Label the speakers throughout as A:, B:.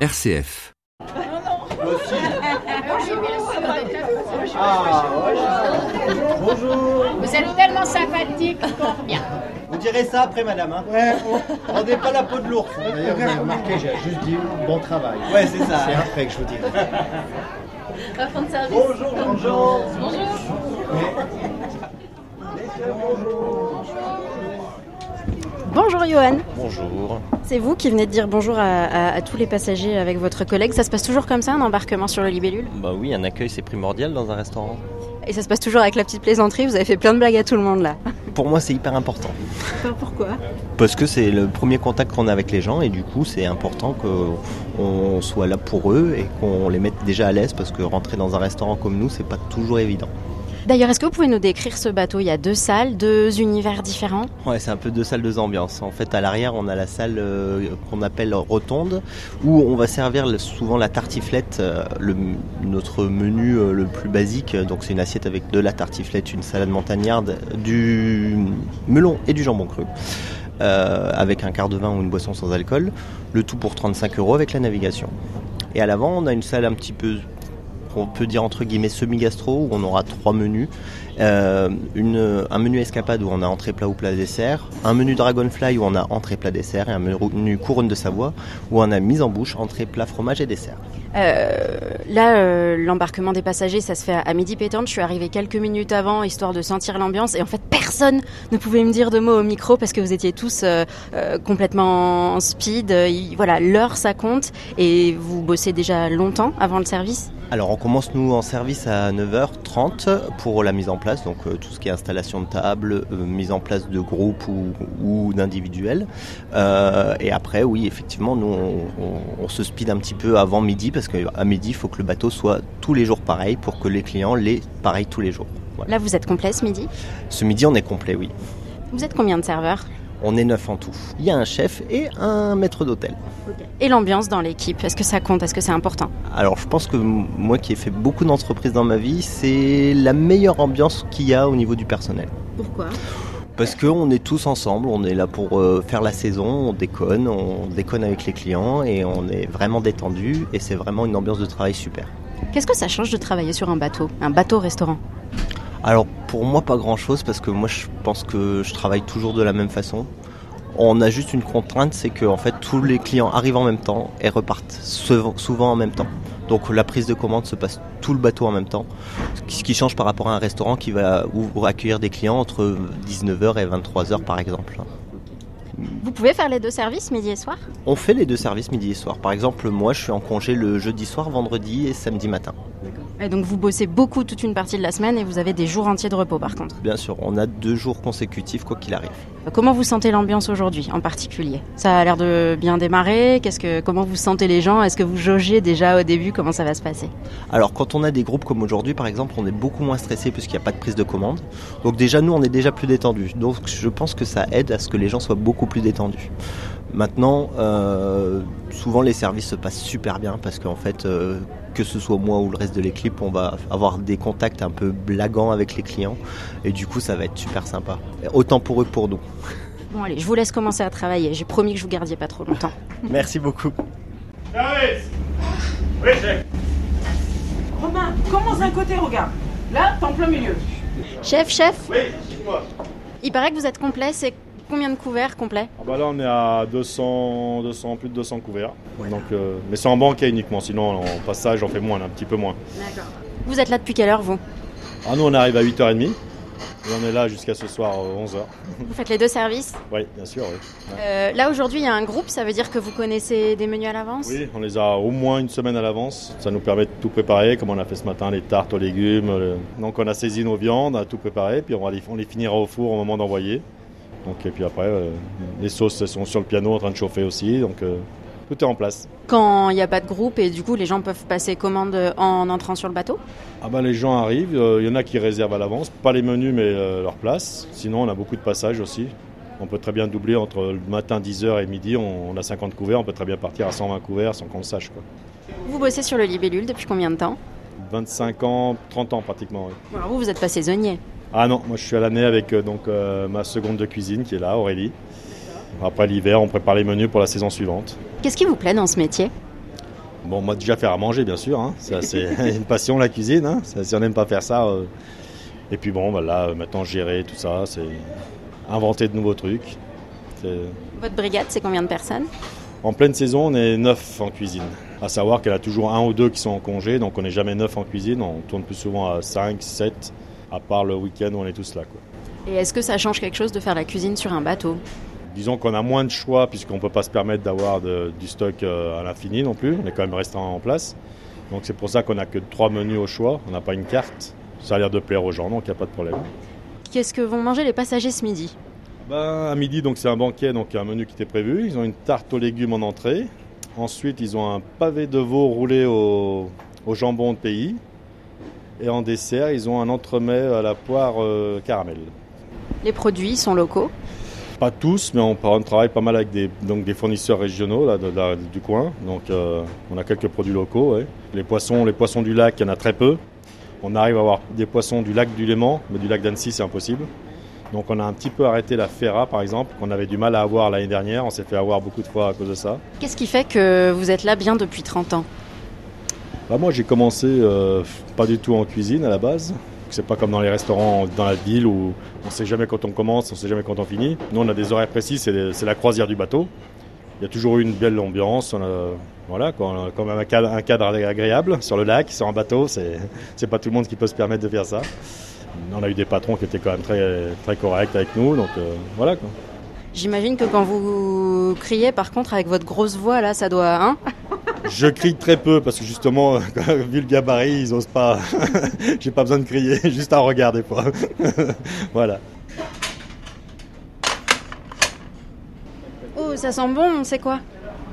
A: RCF.
B: Bonjour
C: Vous êtes tellement sympathique qu'on revient.
B: Vous direz ça après, madame. Hein
D: Ouais,
B: Rendez pas la peau de l'ours.
D: D'ailleurs, vous avez remarqué, j'ai juste dit bon travail.
B: Ouais, c'est ça.
D: C'est après que je vous dirai.
B: Bonjour, bonjour.
E: Bonjour Johan,
F: Bonjour.
E: c'est vous qui venez de dire bonjour à, à- à tous les passagers avec votre collègue. Ça se passe toujours comme ça, un embarquement sur le libellule
F: Bah oui, un accueil c'est primordial dans un restaurant.
E: Et ça se passe toujours avec la petite plaisanterie, vous avez fait plein de blagues à tout le monde là.
F: Pour moi, c'est hyper important.
E: Pourquoi
F: Parce que c'est le premier contact qu'on a avec les gens et du coup, c'est important qu'on soit là pour eux et qu'on les mette déjà à l'aise parce que rentrer dans un restaurant comme nous, c'est pas toujours évident.
E: D'ailleurs, est-ce que vous pouvez nous décrire ce bateau Il y a deux salles, deux univers différents.
F: Ouais, c'est un peu deux salles, deux ambiances. En fait, à l'arrière, on a la salle euh, qu'on appelle rotonde, où on va servir le- souvent la tartiflette, euh, le- notre menu euh, le plus basique. Donc, c'est une assiette avec de la tartiflette, une salade montagnarde, du melon et du jambon cru, euh, avec un quart de vin ou une boisson sans alcool. Le tout pour 35 euros avec la navigation. Et à l'avant, on a une salle un petit peu, on peut dire entre guillemets semi-gastro, où on aura trois menus. Euh, une- un menu escapade où on a entrée plat ou plat dessert, un menu dragonfly où on a entrée plat dessert et un menu couronne de Savoie où on a mise en bouche entrée plat fromage et dessert.
E: Euh, là, euh, l'embarquement des passagers, ça se fait à, à midi pétante. Je suis arrivée quelques minutes avant, histoire de sentir l'ambiance. Et en fait, personne ne pouvait me dire de mots au micro parce que vous étiez tous euh, euh, complètement en speed. Euh, y- voilà, l'heure, ça compte. Et vous bossez déjà longtemps avant le service.
F: Alors on commence nous en service à 9h30 pour la mise en place, donc euh, tout ce qui est installation de table, euh, mise en place de groupe ou, ou d'individuel. Euh, et après oui effectivement nous on, on- on se speed un petit peu avant midi parce qu'à midi il faut que le bateau soit tous les jours pareil pour que les clients l'aient pareil tous les jours. Voilà.
E: Là, vous êtes complet ce midi.
F: Ce midi on est complet oui.
E: Vous êtes combien de serveurs
F: On est neuf en tout. Il y a un chef et un maître d'hôtel.
E: Et l'ambiance dans l'équipe, est-ce que ça compte Est-ce que c'est important
F: Alors je pense que m- moi qui ai fait beaucoup d'entreprises dans ma vie, c'est la meilleure ambiance qu'il y a au niveau du personnel.
E: Pourquoi
F: Parce qu'on est tous ensemble, on est là pour euh, faire la saison, on déconne, on déconne avec les clients et on est vraiment détendu et c'est vraiment une ambiance de travail super.
E: Qu'est-ce que ça change de travailler sur un bateau, un bateau-restaurant
F: Alors pour moi pas grand chose parce que moi je pense que je travaille toujours de la même façon. On a juste une contrainte, c'est que en fait tous les clients arrivent en même temps et repartent souvent souvent en même temps. Donc la prise de commande se passe tout le bateau en même temps, ce qui change par rapport à un restaurant qui va ou- accueillir des clients entre 19h et 23h par exemple.
E: Vous pouvez faire les deux services, midi et soir
F: On fait les deux services midi et soir. Par exemple, moi je suis en congé le jeudi soir, vendredi et samedi matin.
E: Et donc vous bossez beaucoup toute une partie de la semaine et vous avez des jours entiers de repos par contre.
F: Bien sûr, on a deux jours consécutifs quoi qu'il arrive.
E: Comment vous sentez l'ambiance aujourd'hui en particulier Ça a l'air de bien démarrer. Qu'est-ce que comment vous sentez les gens Est-ce que vous jaugez déjà au début comment ça va se passer
F: Alors quand on a des groupes comme aujourd'hui par exemple, on est beaucoup moins stressé puisqu'il n'y a pas de prise de commande. Donc déjà nous on est déjà plus détendu. Donc je pense que ça aide à ce que les gens soient beaucoup plus détendus. Maintenant, euh, souvent les services se passent super bien parce qu'en fait, euh, que ce soit moi ou le reste de l'équipe, on va avoir des contacts un peu blagants avec les clients et du coup ça va être super sympa. Autant pour eux que pour nous.
E: Bon allez, je vous laisse commencer à travailler. J'ai promis que je vous gardiez pas trop longtemps.
F: Merci beaucoup.
G: Romain, commence d'un côté, regarde. Là, t'es en plein milieu.
E: Chef, chef. Oui, Il paraît que vous êtes complet. C'est combien de couverts complets
H: Ah bah là, on est à 200, 200 plus de 200 couverts. Donc, euh, mais c'est en banquet uniquement, sinon en passage, on fait moins, là, un petit peu moins.
E: Vous êtes là depuis quelle heure vous
H: Ah, nous, on arrive à 8h30 et on est là jusqu'à ce soir, euh, 11h.
E: Vous faites les deux services.
H: Oui, bien sûr, oui.
E: Euh, là aujourd'hui il y a un groupe. Ça veut dire que vous connaissez des menus à l'avance
H: Oui, on les a au moins une semaine à l'avance. Ça nous permet de tout préparer, comme on a fait ce matin, les tartes aux légumes. euh, Donc, on a saisi nos viandes, on a tout préparé, puis on, va les, on les finira au four au moment d'envoyer. Donc, et puis après, euh, les sauces elles sont sur le piano en train de chauffer aussi, donc euh, tout est en place.
E: Quand il n'y a pas de groupe et du coup les gens peuvent passer commande en entrant sur le bateau.
H: Ah bah les gens arrivent, euh, il y en a qui réservent à l'avance, pas les menus mais euh, leur place. Sinon on a beaucoup de passages aussi. On peut très bien doubler entre le matin 10h et midi, on, on a 50 couverts, on peut très bien partir à 120 couverts sans qu'on le sache. Quoi.
E: Vous bossez sur le libellule depuis combien de temps
H: 25 ans, 30 ans pratiquement. oui.
E: Alors vous, vous n'êtes pas saisonnier.
H: Ah non, moi je suis à l'année avec euh, donc, euh, ma seconde de cuisine qui est là, Aurélie. Après l'hiver, on prépare les menus pour la saison suivante.
E: Qu'est-ce qui vous plaît dans ce métier
H: Bon, moi déjà faire à manger, bien sûr. hein. Ça, c'est une passion la cuisine. hein. Ça, si on n'aime pas faire ça. euh. Et puis bon, bah, là, euh, maintenant gérer tout ça, c'est inventer de nouveaux trucs. C'est-
E: Votre brigade, c'est combien de personnes
H: En pleine saison, on est neuf en cuisine. À savoir qu'elle a toujours un ou deux qui sont en congé, donc on n'est jamais neuf en cuisine. On tourne plus souvent à 5, 7, à part le week-end où on est tous là. quoi.
E: Et est-ce que ça change quelque chose de faire la cuisine sur un bateau
H: Disons qu'on a moins de choix puisqu'on ne peut pas se permettre d'avoir de- du stock euh, à l'infini non plus. On est quand même restant en place. Donc c'est pour ça qu'on n'a que trois menus au choix. On n'a pas une carte. Ça a l'air de plaire aux gens, donc il n'y a pas de problème.
E: Qu'est-ce que vont manger les passagers ce midi
H: Ben, à midi, donc c'est un banquet, donc il y a un menu qui était prévu. Ils ont une tarte aux légumes en entrée. Ensuite, ils ont un pavé de veau roulé au, au jambon de pays. Et en dessert, ils ont un entremets à la poire euh, caramel.
E: Les produits sont locaux.
H: Pas tous, mais on, par- on travaille pas mal avec des, donc des fournisseurs régionaux là, de- de la- du coin. Donc euh, on a quelques produits locaux. ouais. Les poissons, les poissons du lac, il y en a très peu. On arrive à avoir des poissons du lac du Léman, mais du lac d'Annecy, c'est impossible. Donc on a un petit peu arrêté la ferra, par exemple, qu'on avait du mal à avoir l'année dernière. On s'est fait avoir beaucoup de fois à cause de ça.
E: Qu'est-ce qui fait que vous êtes là bien depuis 30 ans
H: Bah, moi, j'ai commencé euh, pas du tout en cuisine à la base. C'est pas comme dans les restaurants dans la ville où on sait jamais quand on commence, on sait jamais quand on finit. Nous, on a des horaires précis, c'est c'est la croisière du bateau. Il y a toujours eu une belle ambiance. On a, voilà, quoi, on a quand même un cadre, un cadre agréable sur le lac, sur un bateau. C'est c'est pas tout le monde qui peut se permettre de faire ça. On a eu des patrons qui étaient quand même très, très corrects avec nous. Donc euh, voilà. Quoi.
E: J'imagine que quand vous criez, par contre, avec votre grosse voix, là, ça doit... Hein
H: Je crie très peu parce que justement, vu le gabarit, ils osent pas. J'ai pas besoin de crier, juste un regard des fois. voilà.
E: oh, ça sent bon, on sait quoi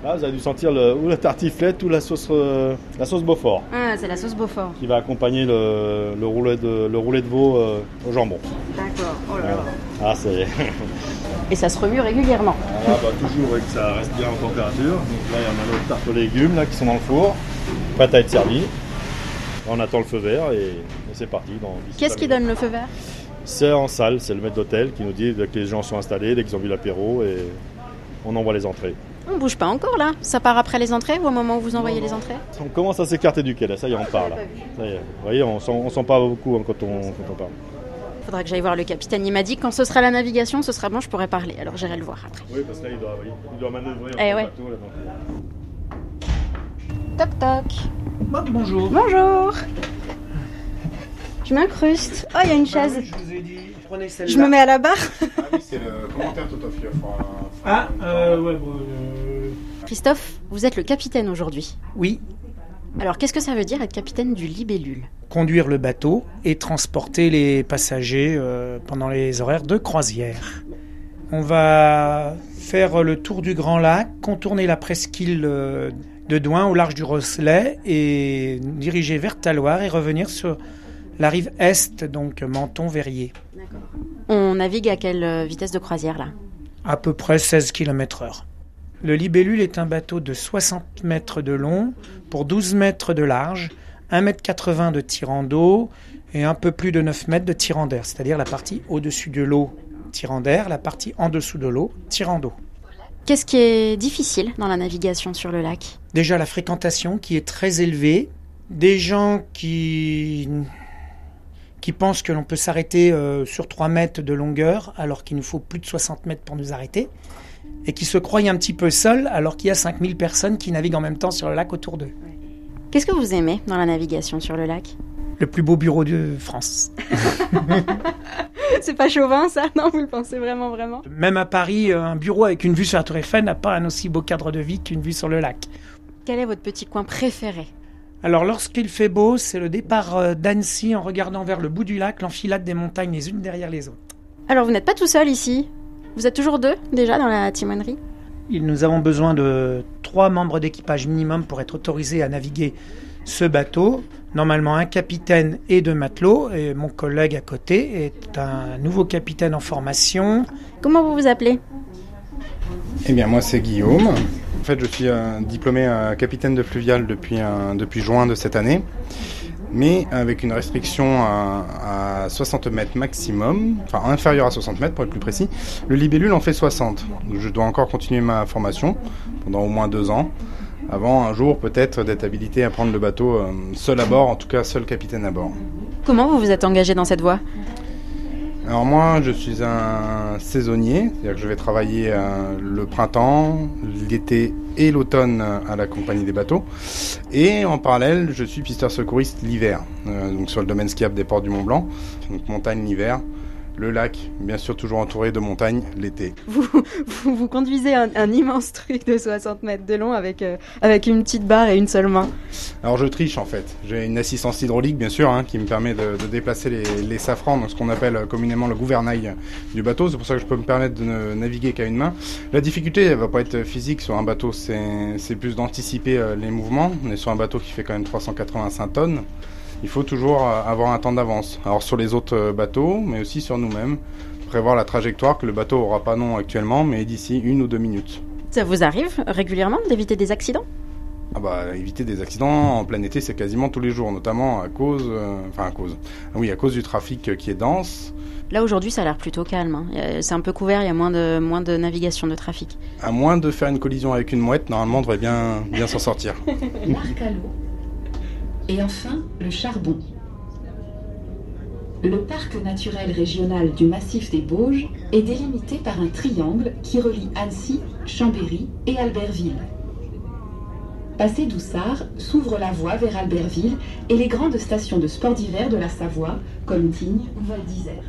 H: Là, vous avez dû sentir le- ou la tartiflette ou la sauce, euh, la sauce Beaufort
E: Ah, c'est la sauce Beaufort.
H: qui va accompagner le, le roulet, de, le roulet de veau euh, au jambon.
E: D'accord. Oh
H: Ah, c'est.
E: Et ça se remue régulièrement.
H: Ah, bah, toujours et que ça reste bien en température. Donc là, il y en a nos tartes aux légumes là, qui sont dans le four, prêtes à être servies. On attend le feu vert et, et c'est parti. dans 10,
E: Qu'est-ce
H: 15
E: qui
H: minutes.
E: donne le feu vert
H: C'est en salle, c'est le maître d'hôtel qui nous dit dès que les gens sont installés, dès qu'ils ont vu l'apéro, et on envoie les entrées.
E: On bouge pas encore, là Ça part après les entrées ou au moment où vous envoyez les entrées
H: On commence à s'écarter du quai, là, ça y est, on part là. Ça y est. Vous voyez, on sent, on sent pas beaucoup hein, quand, on, quand on parle.
E: Faudra que j'aille voir le capitaine. Il m'a dit que quand ce sera la navigation, ce sera bon, je pourrai parler. Alors j'irai le voir après.
H: Oui, parce que là, il doit, manœuvrer
E: Eh ouais.
H: bateau.
E: Toc toc.
B: bonjour.
E: Bonjour. Je m'incruste. Oh, il y a une chaise.
B: Ah Je vous ai dit, je prenais celle-là.
E: Je me mets à la barre.
A: Ah oui, c'est le commentaire tout au fieu. Enfin,
B: Ah, euh, ouais, bon, euh,
E: Christophe, vous êtes le capitaine aujourd'hui.
I: Oui,
E: Alors qu'est-ce que ça veut dire être capitaine du libellule
I: conduire le bateau et transporter les passagers euh, pendant les horaires de croisière. On va faire le tour du Grand Lac, contourner la presqu'île euh, de Douin au large du Rosselet et nous diriger vers Taloir et revenir sur la rive est, donc Menton-Verrier.
E: On navigue à quelle euh, vitesse de croisière là
I: à peu près 16 km heure. Le Libellule est un bateau de 60 mètres de long pour 12 mètres de large, 1 mètre 80 de tirant d'eau et un peu plus de 9 mètres de tirant d'air, c'est-à-dire la partie au-dessus de l'eau tirant d'air, la partie en dessous de l'eau tirant d'eau.
E: Qu'est-ce qui est difficile dans la navigation sur le lac
I: Déjà la fréquentation qui est très élevée, des gens qui qui pensent que l'on peut s'arrêter euh, sur 3 mètres de longueur alors qu'il nous faut plus de 60 mètres pour nous arrêter, et qui se croient un petit peu seuls alors qu'il y a 5000 personnes qui naviguent en même temps sur le lac autour d'eux.
E: Qu'est-ce que vous aimez dans la navigation sur le lac
I: Le plus beau bureau de France.
E: C'est pas chauvin ça Non, vous le pensez vraiment vraiment
I: Même à Paris, euh, un bureau avec une vue sur la Tour Eiffel n'a pas un aussi beau cadre de vie qu'une vue sur le lac.
E: Quel est votre petit coin préféré
I: Alors lorsqu'il fait beau, c'est le départ euh, d'Annecy en regardant vers le bout du lac, l'enfilade des montagnes les unes derrière les autres.
E: Alors vous n'êtes pas tout seul ici Vous êtes toujours deux déjà dans la timonerie
I: Il- Nous avons besoin de trois membres d'équipage minimum pour être autorisés à naviguer ce bateau. Normalement un capitaine et deux matelots. Et mon collègue à côté est un nouveau capitaine en formation.
E: Comment vous vous appelez
A: Eh bien, moi, c'est Guillaume. En fait, je suis euh, diplômé euh, capitaine de fluvial depuis, euh, depuis juin de cette année, mais avec une restriction à, à 60 mètres maximum, enfin inférieure à 60 mètres pour être plus précis. Le libellule en fait 60. Donc, Je dois encore continuer ma formation pendant au moins deux ans. avant un jour peut-être d'être habilité à prendre le bateau euh, seul à bord, en tout cas seul capitaine à bord.
E: Comment vous vous êtes engagé dans cette voie
A: Alors moi, je suis un saisonnier, c'est-à-dire que je vais travailler euh, le printemps, l'été et l'automne à la compagnie des bateaux. Et en parallèle, je suis pisteur secouriste l'hiver, euh, donc sur le domaine skiable des ports du Mont Blanc, donc montagne l'hiver. Le lac, bien sûr, toujours entouré de montagnes l'été.
E: vous, vous, vous conduisez un, un immense truc de 60 mètres de long avec, euh, avec une petite barre et une seule main.
A: Alors je triche en fait. J'ai une assistance hydraulique bien sûr hein, qui me permet de, de déplacer les, les safrans, donc ce qu'on appelle euh, communément le gouvernail euh, du bateau. C'est pour ça que je peux me permettre de ne naviguer qu'à une main. La difficulté elle va pas être physique sur un bateau, c'est c'est plus d'anticiper euh, les mouvements. On est sur un bateau qui fait quand même 385 tonnes. Il faut toujours euh, avoir un temps d'avance. Alors sur les autres euh, bateaux, mais aussi sur nous-mêmes, prévoir la trajectoire que le bateau aura pas non actuellement, mais d'ici une ou deux minutes.
E: Ça vous arrive régulièrement d'éviter des accidents
A: Ah bah, éviter des accidents en plein été, c'est quasiment tous les jours, notamment à cause, euh, enfin à cause, Ah oui, à cause du trafic euh, qui est dense,
E: Là aujourd'hui ça a l'air plutôt calme. hein. Y a- C'est un peu couvert, il y a moins de, moins de navigation de trafic.
A: à moins de faire une collision avec une mouette, normalement on devrait bien, bien s'en sortir.
J: l'arc à l'eau et enfin le charbon. Le parc naturel régional du massif des Bauges est délimité par un triangle qui relie Annecy, Chambéry et Albertville. Passé Doussard s'ouvre la voie vers Albertville et les grandes stations de sports d'hiver de la Savoie, comme Tignes ou Val d'Isère.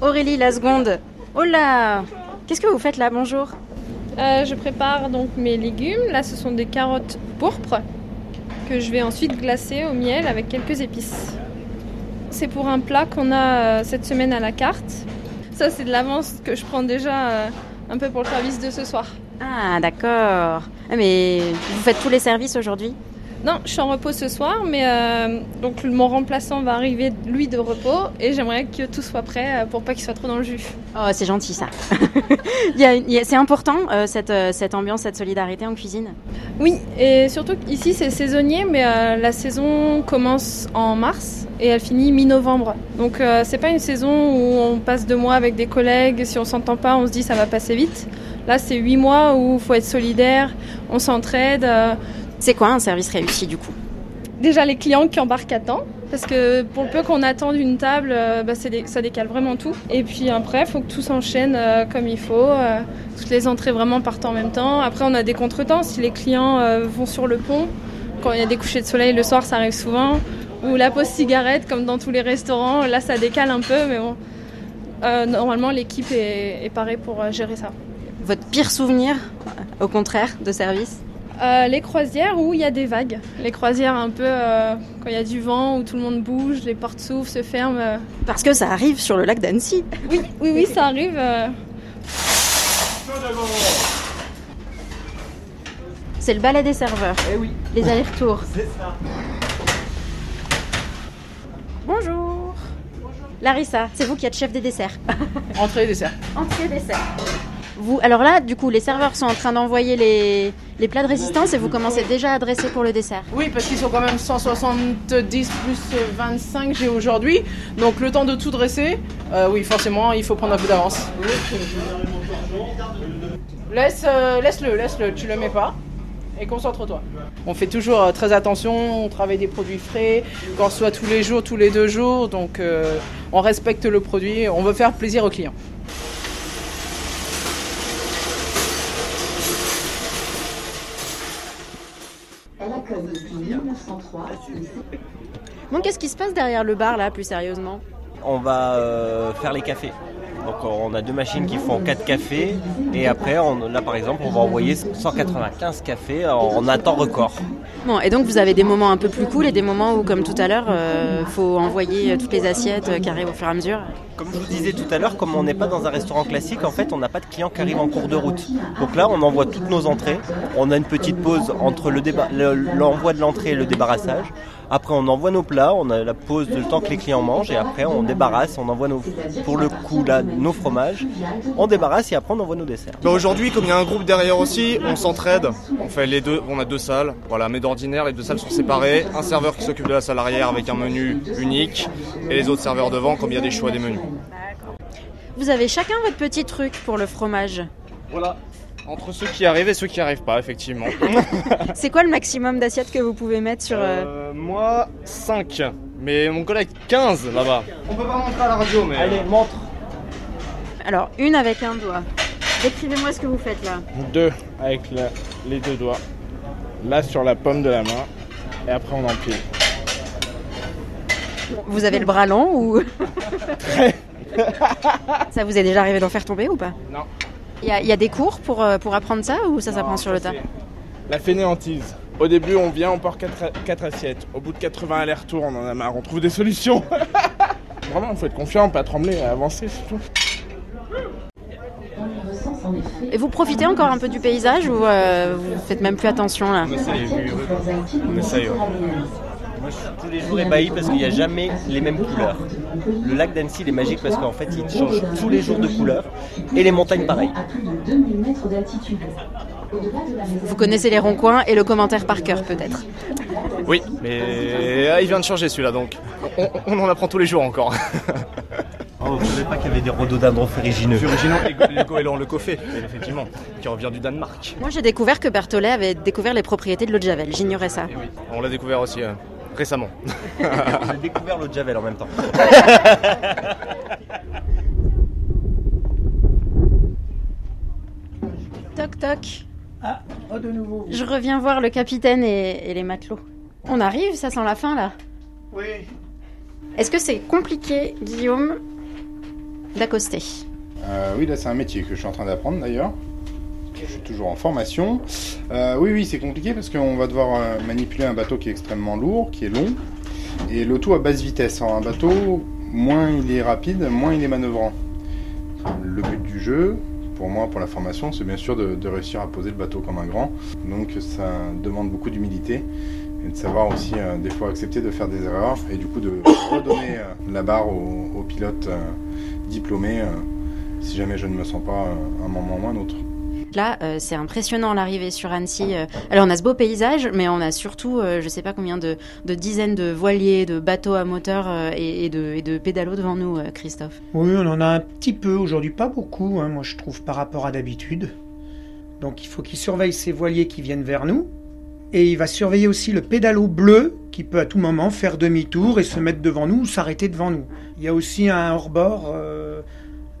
E: Aurélie, la seconde. Oh là Qu'est-ce que vous faites là Bonjour.
K: Euh, je prépare donc mes légumes. Là, ce sont des carottes pourpres que je vais ensuite glacer au miel avec quelques épices. C'est pour un plat qu'on a euh, cette semaine à la carte. Ça, c'est de l'avance que je prends déjà euh, un peu pour le service de ce soir.
E: Ah d'accord. Ah, Mais vous faites tous les services aujourd'hui
K: Non, je suis en repos ce soir, mais euh, donc mon remplaçant va arriver lui de repos et j'aimerais que tout soit prêt euh, pour pas qu'il soit trop dans le jus.
E: Oh c'est gentil ça. Il y a une- il y a- c'est important euh, cette, euh, cette ambiance, cette solidarité en cuisine.
K: Oui, et surtout ici c'est saisonnier, mais euh, la saison commence en mars et elle finit mi-novembre. Donc euh, c'est pas une saison où on passe deux mois avec des collègues, si on s'entend pas, on se dit ça va passer vite. Là c'est huit mois où faut être solidaire, on s'entraide. euh,
E: C'est quoi un service réussi du coup
K: déjà les clients qui embarquent à temps. Parce que pour le peu qu'on attend d'une table, euh, bah, c'est des- ça décale vraiment tout. Et puis après, il faut que tout s'enchaîne euh, comme il faut. euh, toutes les entrées vraiment partent en même temps. Après, on a des contretemps. Si les clients euh, vont sur le pont, quand il y a des couchers de soleil le soir, ça arrive souvent. Ou la pause cigarette, comme dans tous les restaurants. Là, ça décale un peu, mais bon. Euh, normalement, l'équipe est, est parée pour euh, gérer ça.
E: Votre pire souvenir, au contraire, de service
K: Euh, les croisières où il y a des vagues. Les croisières un peu euh, quand il y a du vent, où tout le monde bouge, les portes s'ouvrent, se ferment. euh.
E: Parce que ça arrive sur le lac d'Annecy.
K: Oui, oui, oui, ça arrive. euh.
E: C'est le balai des serveurs.
B: Eh oui,
E: Les allers-retours.
B: c'est ça.
E: Bonjour. Larissa, c'est vous qui êtes chef des desserts.
G: Entrée et dessert.
E: Entrée dessert. Vous, alors là, du coup, les serveurs sont en train d'envoyer les, les plats de résistance et vous commencez déjà à dresser pour le dessert.
G: Oui, parce qu'ils sont quand même 170 plus 25 j'ai aujourd'hui. Donc le temps de tout dresser, euh, oui, forcément, il faut prendre un peu d'avance. Laisse, euh, laisse-le, laisse-le, tu le mets pas. Et concentre-toi. On fait toujours euh, très attention, on travaille des produits frais, qu'on soit tous les jours, tous les deux jours. Donc euh, on respecte le produit, on veut faire plaisir aux clients.
J: Elle accueille depuis 1903 les
E: Bon, qu'est-ce qui se passe derrière le bar là, plus sérieusement
F: On va euh, faire les cafés. Donc on a deux machines qui font 4 cafés et après on, là par exemple on va envoyer 195 cafés en, en un temps record.
E: Bon, et donc vous avez des moments un peu plus cool et des moments où, comme tout à l'heure, euh, faut envoyer euh, toutes les assiettes euh, qui arrivent au fur et à mesure.
F: Comme je vous disais tout à l'heure, comme on n'est pas dans un restaurant classique, en fait on n'a pas de clients qui arrivent en cours de route. Donc là on envoie toutes nos entrées, on a une petite pause entre le déba- le- l'envoi de l'entrée et le débarrassage. Après on envoie nos plats, on a la pause de temps que les clients mangent et après on débarrasse, on envoie nos, pour le coup là nos fromages, on débarrasse et après on envoie nos desserts.
L: Bah aujourd'hui, comme il y a un groupe derrière aussi, on s'entraide. On fait les deux, on a deux salles. Voilà, mais d'ordinaire, les deux salles sont séparées. Un serveur qui s'occupe de la salle arrière avec un menu unique, et les autres serveurs devant, comme il y a des choix des menus.
E: Vous avez chacun votre petit truc pour le fromage.
L: Voilà. Entre ceux qui arrivent et ceux qui arrivent pas, effectivement.
M: C'est quoi le maximum d'assiettes que vous pouvez mettre sur... euh,
L: Moi, 5. Mais mon collègue, 15 là-bas. On peut pas montrer à la radio, mais. Allez, montre.
M: Alors, une avec un doigt. Décrivez-moi ce que vous faites là.
N: Deux avec le- les deux doigts. Là sur la pomme de la main. Et après on empile.
M: Vous avez le bras long ou... ça vous est déjà arrivé d'en faire tomber ou pas
N: Non.
E: Il y, a- il y a des cours pour, euh, pour apprendre ça ou ça s'apprend sur le tas
N: La fainéantise. Au début on vient, on porte 4, assiettes. Au bout de 80 allers-retours, on en a marre, on trouve des solutions. Vraiment, il faut être confiant, pas trembler, avancer surtout.
E: Et vous profitez encore un peu du paysage ou euh, vous faites même plus attention là
F: On essaye, ouais. Moi, je suis tous les jours ébahi parce qu'il n'y a jamais les mêmes couleurs. Le lac d'Annecy, il est magique parce qu'en fait, il change tous les jours de couleur. Et les montagnes, pareil.
E: Vous connaissez les ronds-coins et le commentaire par cœur peut-être.
L: Oui, mais ah, il vient de changer celui-là donc. On, on en apprend tous les jours encore.
F: Oh, je ne savais pas qu'il y avait des rhododendrons ferrugineux.
L: Original, le goéland, le coffé, effectivement, qui revient du Danemark.
E: Moi j'ai découvert que Berthollet avait découvert les propriétés de l'eau de Javel, j'ignorais ça.
L: On l'a découvert aussi euh, récemment.
F: J'ai découvert l'eau de Javel en même temps.
E: Toc toc,
B: Ah, oh, de nouveau.
E: je reviens voir le capitaine et, et les matelots. On arrive, ça sent la fin là.
B: Oui.
E: Est-ce que c'est compliqué, Guillaume, d'accoster
A: Euh, oui, là c'est un métier que je suis en train d'apprendre d'ailleurs. Je suis toujours en formation. Euh, oui, oui, c'est compliqué parce qu'on va devoir euh, manipuler un bateau qui est extrêmement lourd, qui est long, et le tout à basse vitesse. Alors, un bateau, moins il est rapide, moins il est manœuvrant. Le but du jeu, pour moi, pour la formation, c'est bien sûr de, de réussir à poser le bateau comme un grand. Donc ça demande beaucoup d'humilité et de savoir aussi euh, des fois accepter de faire des erreurs et du coup de redonner euh, la barre aux, aux pilotes euh, diplômés. euh, si jamais je ne me sens pas euh, un moment ou un autre.
E: Là, euh, c'est impressionnant l'arrivée sur Annecy. euh. Alors, on a ce beau paysage, mais on a surtout, euh, je sais pas combien de, de dizaines de voiliers, de bateaux à moteur euh, et, et de, et de pédalos devant nous, euh, Christophe.
I: Oui, on en a un petit peu aujourd'hui, pas beaucoup, hein, moi je trouve, par rapport à d'habitude. Donc il faut qu'il surveille ces voiliers qui viennent vers nous. Et il va surveiller aussi le pédalo bleu qui peut à tout moment faire demi-tour et se mettre devant nous ou s'arrêter devant nous. Il y a aussi un hors-bord euh,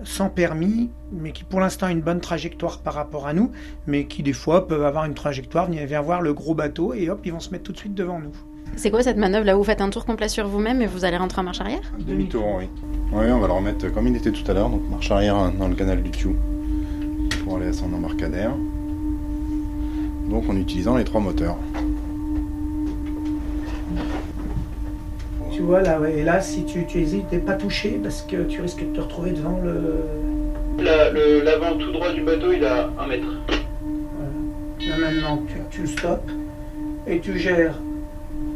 I: sans permis, mais qui pour l'instant a une bonne trajectoire par rapport à nous, mais qui des fois peuvent avoir une trajectoire, venir vient voir le gros bateau et hop, ils vont se mettre tout de suite devant nous.
E: C'est quoi cette manœuvre là où vous faites un tour complet sur vous-même et vous allez rentrer en marche arrière
A: Demi-tour, oui. Oui, on va le remettre comme il était tout à l'heure, donc marche arrière hein, dans le canal du Tiou pour aller à son embarcadère. Donc en utilisant les trois moteurs.
I: Tu vois là, ouais, et là si tu, tu hésites, t'es pas touché parce que tu risques de te retrouver devant le.
O: La- le- L'avant tout droit du bateau, il a 1 mètre.
I: Là maintenant, tu, tu le stoppes et tu gères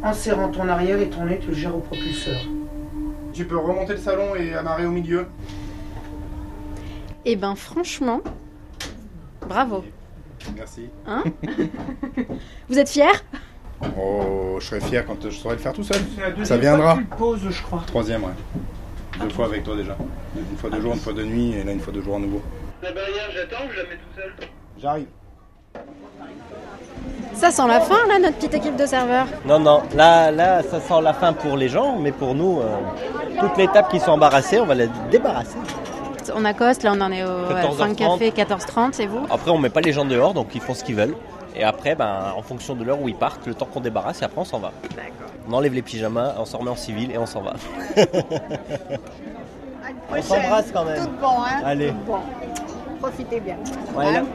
I: en serrant ton arrière et ton nez, tu le gères au propulseur.
A: Tu peux remonter le salon et amarrer au milieu.
E: Eh ben, franchement, bravo.
A: Merci.
E: Hein Vous êtes fiers
A: Oh, je serais fier quand je saurais le faire tout seul.
I: C'est la deuxième
A: Ça viendra.
I: fois que tu le poses, je crois.
A: Troisième, ouais. Deux fois avec toi déjà. Une fois de jour, une fois de nuit, et là une fois de jour à nouveau.
O: La barrière, j'attends ou je la mets tout seul
A: J'arrive.
E: Ça sent la fin là, notre petite équipe de serveurs.
F: Non, non, là, là, ça sent la fin pour les gens, mais pour nous, euh, toutes les tables qui sont embarrassées, on va les débarrasser.
E: On accoste, là on en est au ouais, fin de
F: 14h30.
E: café, 14h30, et vous
F: Après, on met pas les gens dehors, donc ils font ce qu'ils veulent. Et après, ben, en fonction de l'heure où ils partent, le temps qu'on débarrasse, et après, on s'en va. On enlève les pyjamas, on s'en remet en civil et on s'en va. On s'embrasse quand même.
P: Tout bon, hein
F: Allez.
P: Tout bon. Profitez bien.
F: Ouais,
P: Hein?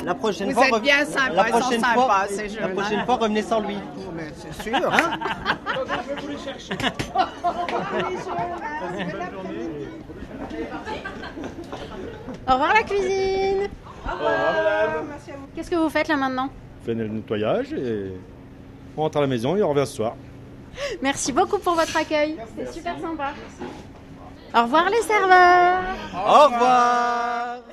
F: la, la prochaine
P: Vous
F: fois.
P: êtes
F: rev-
P: bien sympas,
F: la
P: ils sont
F: prochaine
P: sympas,
F: fois,
P: ces
F: La
P: jeunes,
F: prochaine
P: hein.
F: fois, revenez sans lui.
P: Mais c'est sûr.
F: Hein
P: Je vais vous les chercher.
E: Au revoir la cuisine Qu'est-ce que vous faites là maintenant
H: On fait le nettoyage et on rentre à la maison et on revient ce soir.
E: Merci beaucoup pour votre accueil. C'est super sympa. Au revoir les serveurs.
F: Au revoir